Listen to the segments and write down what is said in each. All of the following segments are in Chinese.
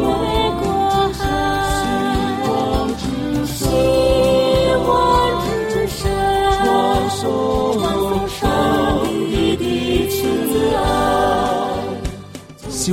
越过海。希望之山，传送上帝的慈爱。希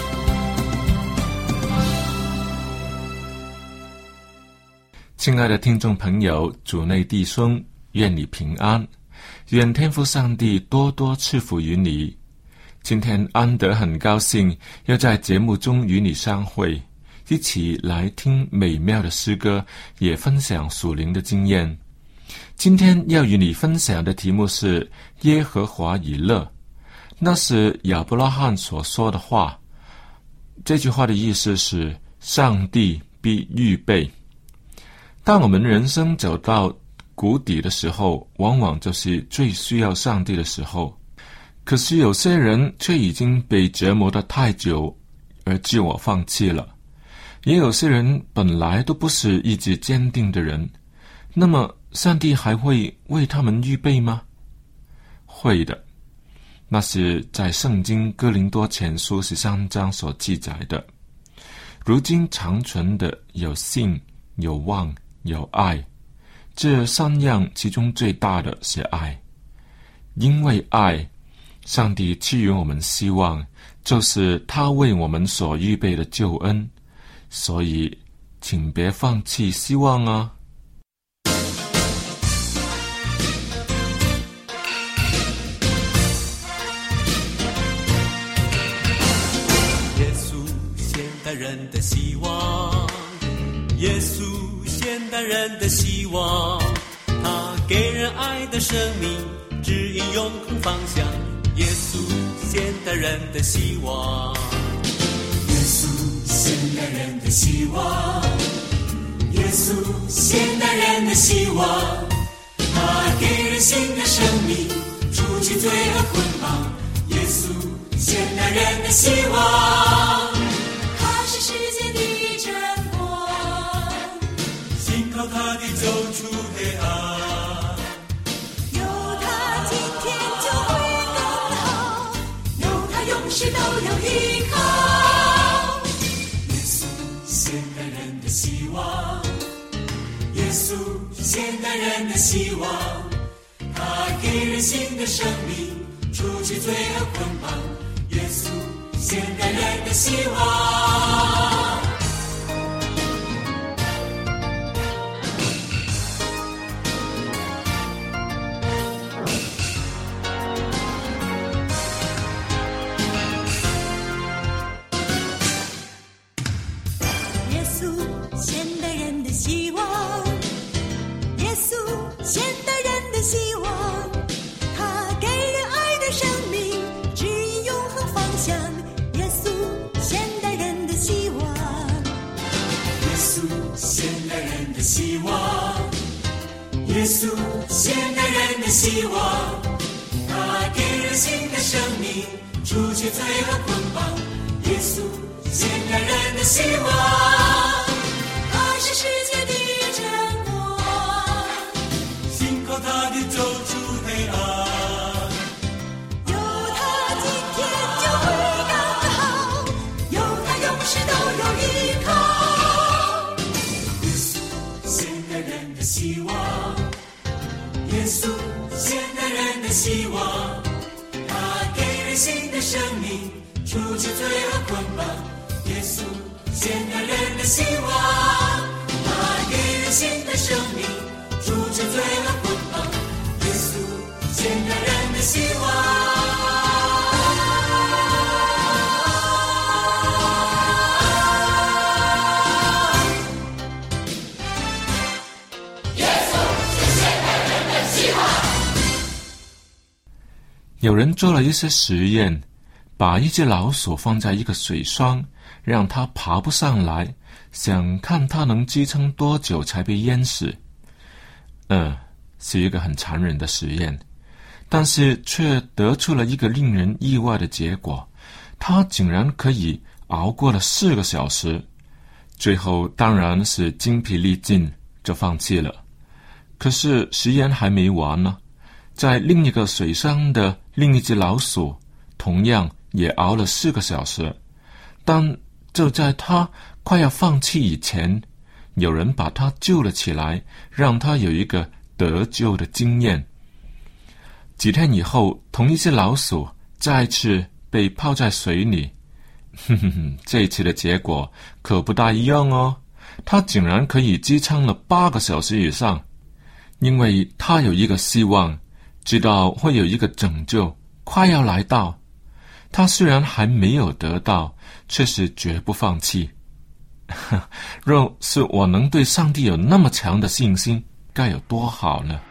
亲爱的听众朋友，主内弟兄，愿你平安，愿天父上帝多多赐福于你。今天安德很高兴要在节目中与你相会，一起来听美妙的诗歌，也分享属灵的经验。今天要与你分享的题目是耶和华以勒，那是亚伯拉罕所说的话。这句话的意思是上帝必预备。当我们人生走到谷底的时候，往往就是最需要上帝的时候。可是有些人却已经被折磨得太久，而自我放弃了；也有些人本来都不是意志坚定的人。那么，上帝还会为他们预备吗？会的，那是在圣经哥林多前书十三章所记载的。如今长存的有信、有望、有爱，这三样其中最大的是爱，因为爱，上帝赐予我们希望，就是他为我们所预备的救恩，所以请别放弃希望啊！耶稣，现代人的希望。耶稣，现代人的希望。他给人爱的生命，指引永恒方向。耶稣，现代人的希望。耶稣，现代人的希望。耶稣，现代人的希望，他给人新的生命，除去罪恶捆绑。耶稣，现代人的希望，他是世界的真光，信靠他的走出黑暗。有他今天就会更好，有他永世都有依靠。耶稣，现代人的希望。耶稣，现代人的希望，他给人新的生命，除去罪恶捆绑。耶稣，现代人的希望。耶稣，现代人的希望。耶稣，现代人的希望。他给人爱的生命，指引永恒方向。耶稣，现代人的希望。耶稣，现代人的希望。耶稣，现代人的希望，他给人新的生命，除去罪恶捆绑。耶稣，现代人的希望。他是世界的真光，信靠他的走出黑暗。有他今天就会耶稣，现代人的希望，他给人新的生命，除去罪恶捆绑。耶稣，现代人的希望，他给人新的生命，除去罪恶捆绑。耶稣，现代人的希望。有人做了一些实验，把一只老鼠放在一个水箱，让它爬不上来，想看它能支撑多久才被淹死。嗯，是一个很残忍的实验，但是却得出了一个令人意外的结果：它竟然可以熬过了四个小时。最后当然是精疲力尽，就放弃了。可是实验还没完呢。在另一个水上的另一只老鼠，同样也熬了四个小时，但就在它快要放弃以前，有人把它救了起来，让它有一个得救的经验。几天以后，同一只老鼠再次被泡在水里，哼哼哼，这一次的结果可不大一样哦，它竟然可以支撑了八个小时以上，因为它有一个希望。知道会有一个拯救快要来到，他虽然还没有得到，却是绝不放弃。 若是我能对上帝有那么强的信心，该有多好呢？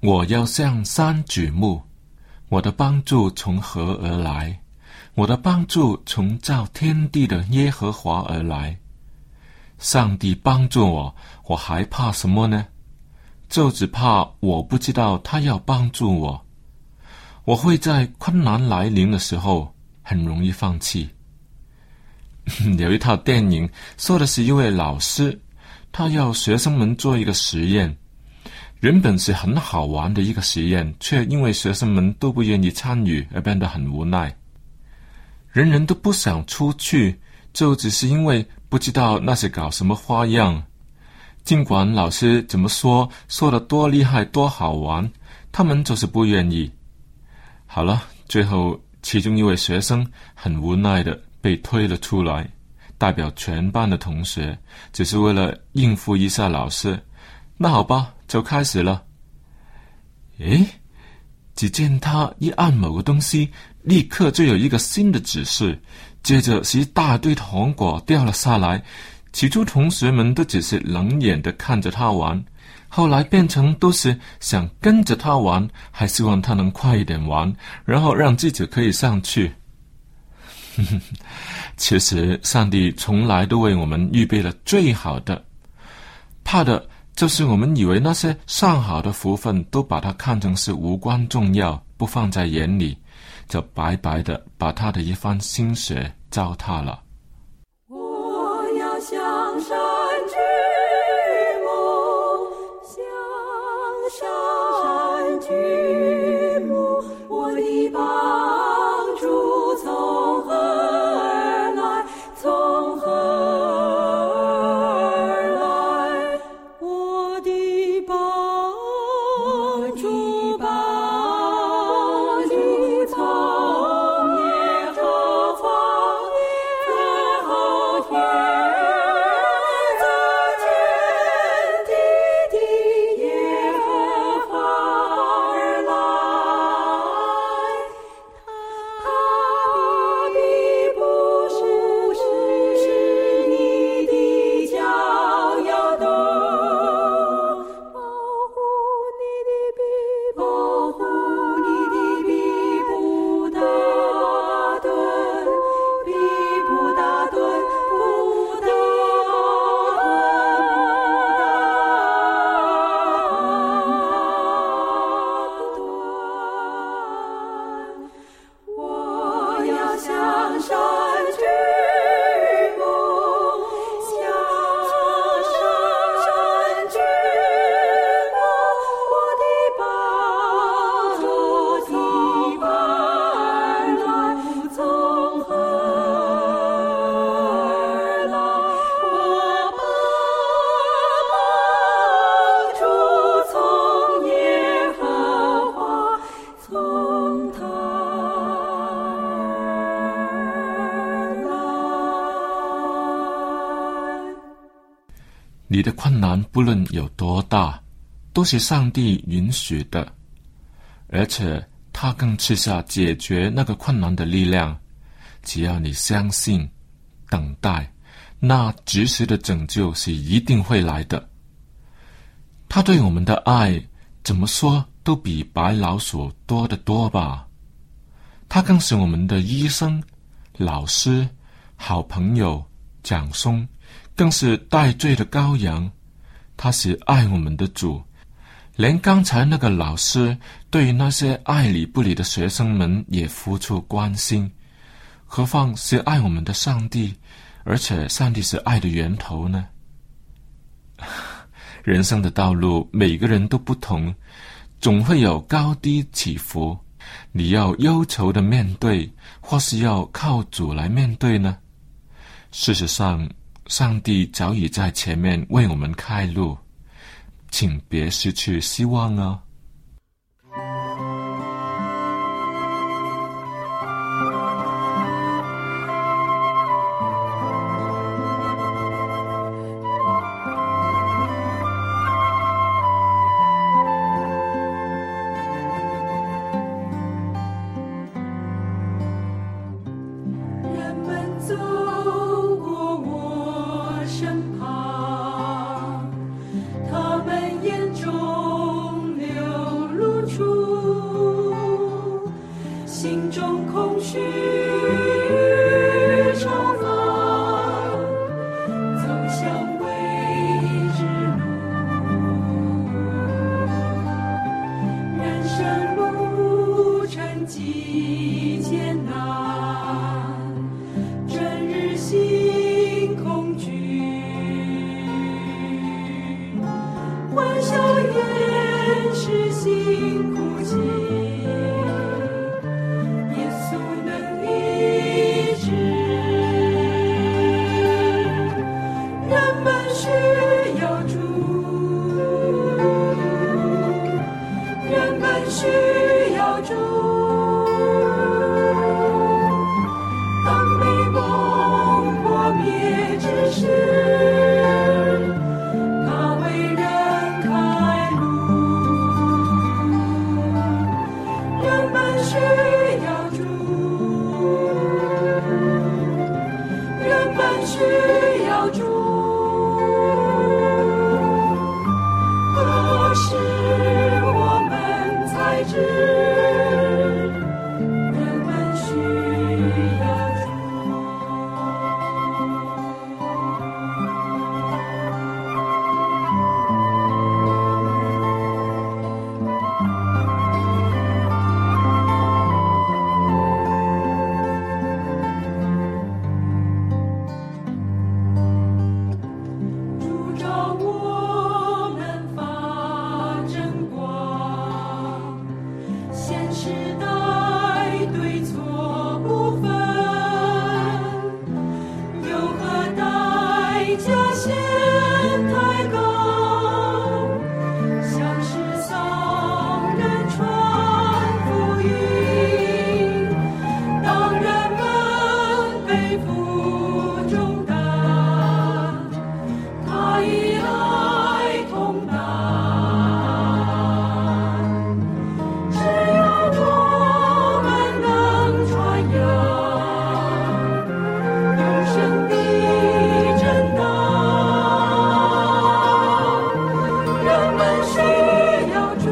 我要向山举目，我的帮助从何而来？我的帮助从造天地的耶和华而来。上帝帮助我，我还怕什么呢？就只怕我不知道他要帮助我。 我会在困难来临的时候很容易放弃。有一套电影，说的是一位老师，他要学生们做一个实验，原本是很好玩的一个实验，却因为学生们都不愿意参与而变得很无奈。人人都不想出去，就只是因为不知道那是搞什么花样。尽管老师怎么说，说的多厉害多好玩，他们就是不愿意。好了，最后其中一位学生很无奈的被推了出来，代表全班的同学，只是为了应付一下老师。那好吧，就开始了。诶，只见他一按某个东西，立刻就有一个新的指示，接着是一大堆糖果掉了下来。起初，同学们都只是冷眼的看着他玩，后来变成都是想跟着他玩，还希望他能快一点玩，然后让自己可以上去。 其实，上帝从来都为我们预备了最好的，怕的就是我们以为那些上好的福分都把它看成是无关重要，不放在眼里，就白白的把他的一番心血糟蹋了。向山之母，向山之母，我的帮助从何而来？从何而来？我的帮助，帮助从耶和华的后天。造天地的耶和华而来，他必不是是你的脚要动，保护你的臂，保护你的臂不打盹，臂不打盹，不打盹。我要向山之母，向山之母，我的帮助从何而来？从何而来？我帮助从耶和华。从他而来。你的困难不论有多大，都是上帝允许的，而且他更赐下解决那个困难的力量。只要你相信、等待，那及时的拯救是一定会来的。他对我们的爱，怎么说都比白老鼠多得多吧？他更是我们的医生、老师、好朋友、长松，更是戴罪的羔羊。他是爱我们的主，连刚才那个老师对那些爱理不理的学生们也付出关心，何况是爱我们的上帝？而且上帝是爱的源头呢？ 人生的道路每个人都不同，总会有高低起伏。你要忧愁的面对，或是要靠主来面对呢？事实上，上帝早已在前面为我们开路，请别失去希望啊！人们走过我身旁，他们眼中流需要主，何时我们才知人们需要主？主照我们发真光，现时代对错不分，有何代价显太高？像是商人传福音，当人们背负重担。他以爱同担，只要我们能传扬永生的真道，人们需要主，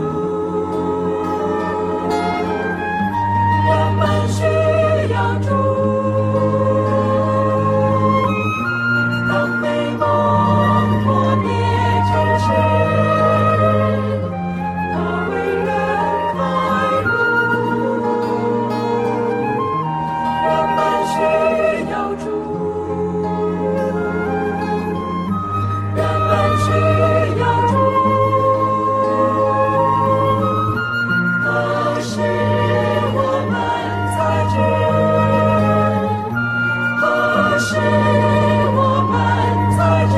人们需要主。当美梦破灭之时，他为人开路。人们需要主，人们需要主。何时我们才知？何时我们才知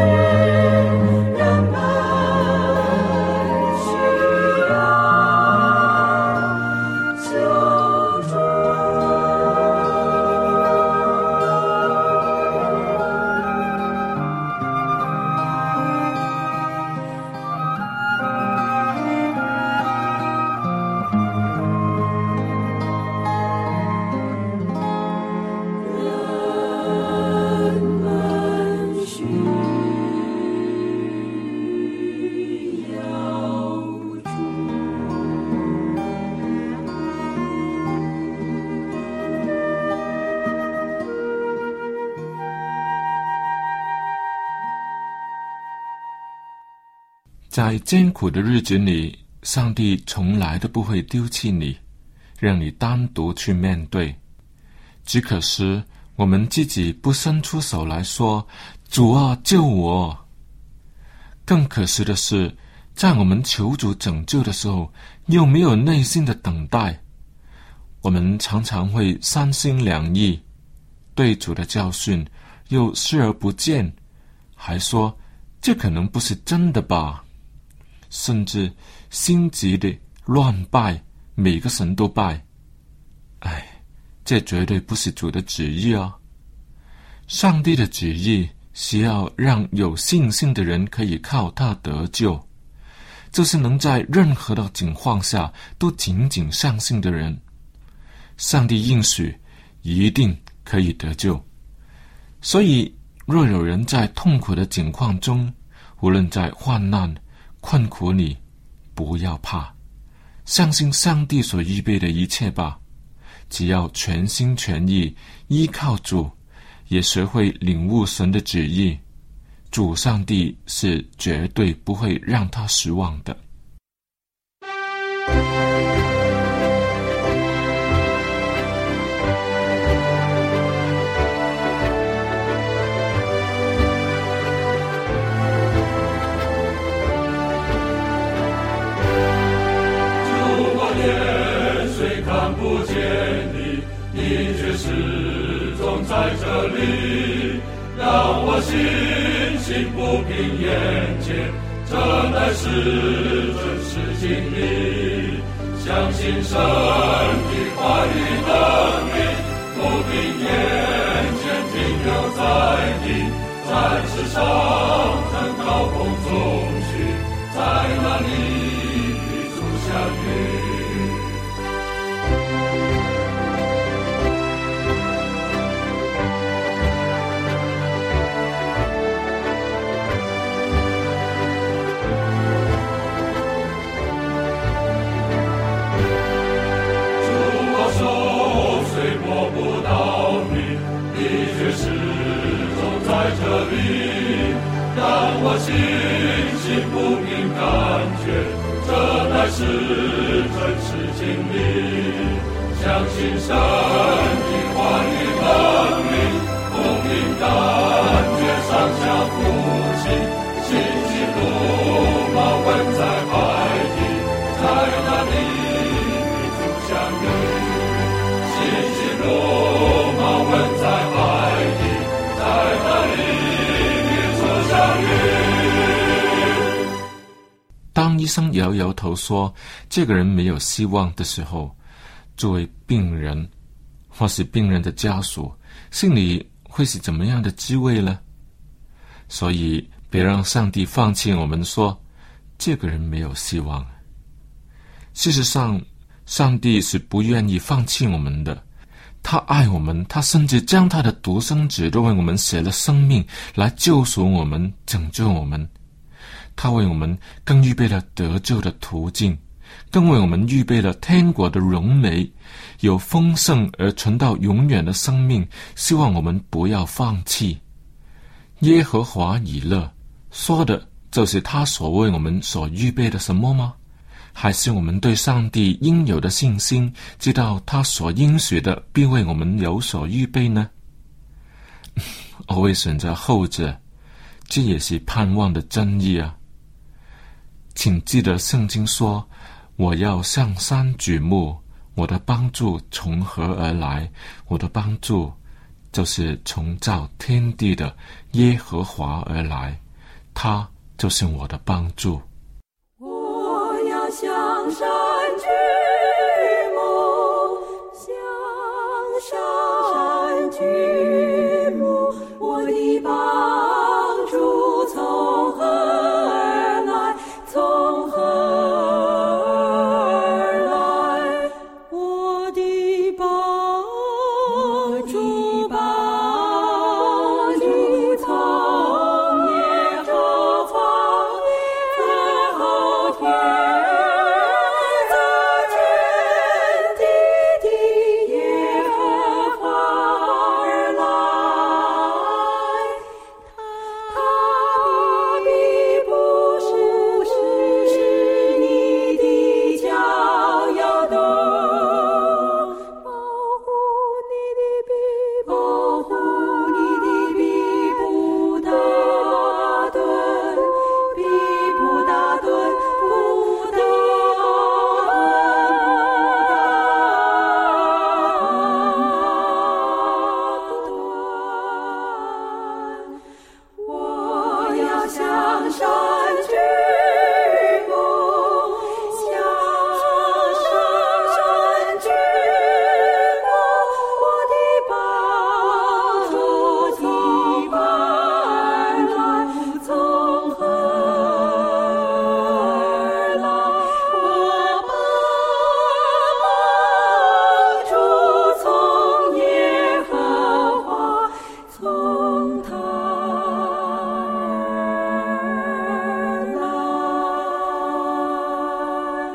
人们需要救助？人们需要主。在艰苦的日子里，上帝从来都不会丢弃你，让你单独去面对。只可是我们自己不伸出手来说：“主啊，救我！”更可惜的是，在我们求主拯救的时候，又没有内心的等待。我们常常会三心两意，对主的教训又视而不见，还说这可能不是真的吧。甚至心急的乱拜，每个神都拜。哎，这绝对不是主的旨意啊！上帝的旨意是要让有信心的人可以靠他得救，就是能在任何的情况下都紧紧相信的人。上帝应许一定可以得救。所以，若有人在痛苦的境况中，无论在患难、困苦里，不要怕，相信上帝所预备的一切吧。只要全心全意依靠主，也学会领悟神的旨意，主上帝是绝对不会让他失望的。人这里，让我信心不停感觉，这乃是真实经历。相信神的话语能力，不停感觉上下呼吸，信心如马纹在海底，在那里与主相遇。信心如马纹在海底，在那里与主相遇。当医生摇摇头说这个人没有希望的时候，作为病人或是病人的家属，心里会是怎么样的滋味呢？所以，别让上帝放弃我们说这个人没有希望。事实上，上帝是不愿意放弃我们的。他爱我们，他甚至将他的独生子都为我们舍了生命，来救赎我们，拯救我们。他为我们更预备了得救的途径，更为我们预备了天国的荣美，有丰盛而存到永远的生命。希望我们不要放弃。耶和华以勒说的就是他所为我们所预备的什么吗？还是我们对上帝应有的信心，知道他所应许的必为我们有所预备呢？ 我会选择后者，这也是盼望的真意啊。请记得圣经说：“我要向山举目，我的帮助从何而来？我的帮助就是从造天地的耶和华而来，他就是我的帮助。”我要向山举目，向山举目，我的帮助从何而来？从何而来？我的帮助，帮助从耶和华的后天，造天地的耶和华而来。他必不是你的脚要动，保护你的臂，保护你的臂不打盹，臂不打盹，不打盹。我要向山举目，向山举目，我的帮助从何而来？从何而来？我帮助从耶和华，从他而来。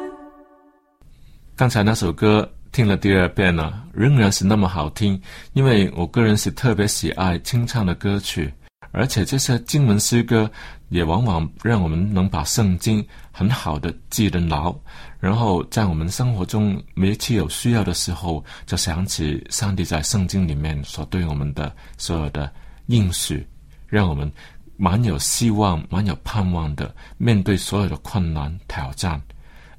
刚才那首歌听了第二遍了，仍然是那么好听。因为我个人是特别喜爱清唱的歌曲，而且这些经文诗歌也往往让我们能把圣经很好的记得牢，然后在我们生活中每一次有需要的时候，就想起上帝在圣经里面所对我们的所有的应许，让我们蛮有希望、蛮有盼望的面对所有的困难挑战。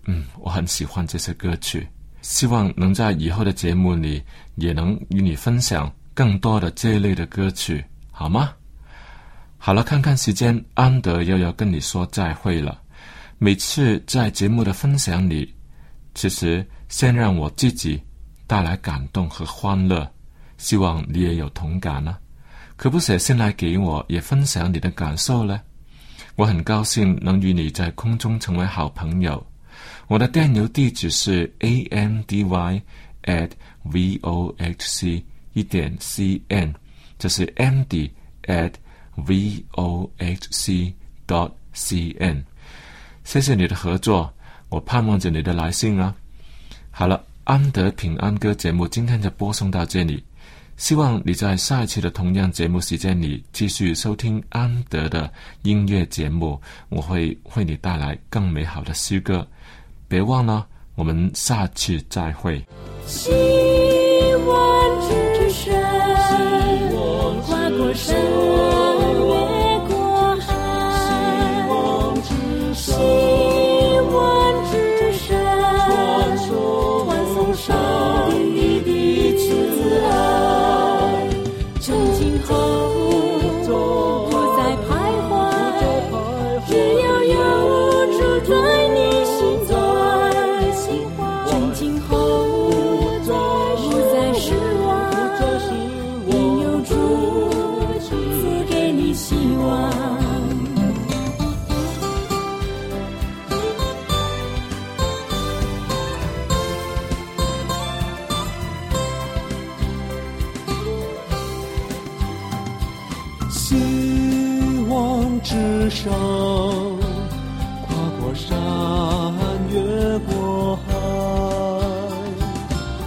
嗯，我很喜欢这些歌曲，希望能在以后的节目里也能与你分享更多的这一类的歌曲，好吗？好了，看看时间，安德又要跟你说再会了。每次在节目的分享里，其实先让我自己带来感动和欢乐，希望你也有同感呢、可不写信来给我，也分享你的感受呢？我很高兴能与你在空中成为好朋友。我的电邮地址是 a m d y at v o h c 一点 c n，这是 m d at v o h c dot c n。谢谢你的合作，我盼望着你的来信啊。好了，安德平安歌节目今天就播送到这里，希望你在下一期的同样节目时间里继续收听安德的音乐节目，我会为你带来更美好的诗歌。别忘了，我们下次再会。希望之神，跨过山，越过海。希望之神，传送上帝的慈爱，从今后不再徘徊，只要有主在你心怀，从今后不再失望。因有主赐给你希望。希望之上，跨过山，越过海。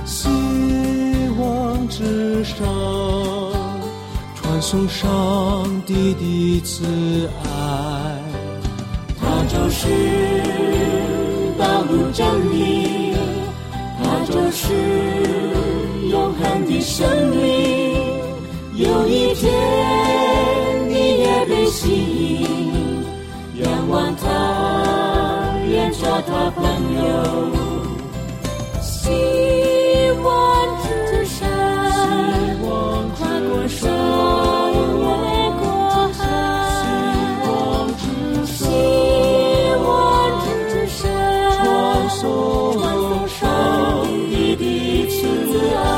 希望之上，传送上帝的慈爱。它就是道路真理，它就是永恒的生命。有一天你也被吸引，仰望它，愿做它朋友。希望之山，跨过山，越过海。希望之神，传送上帝的慈爱，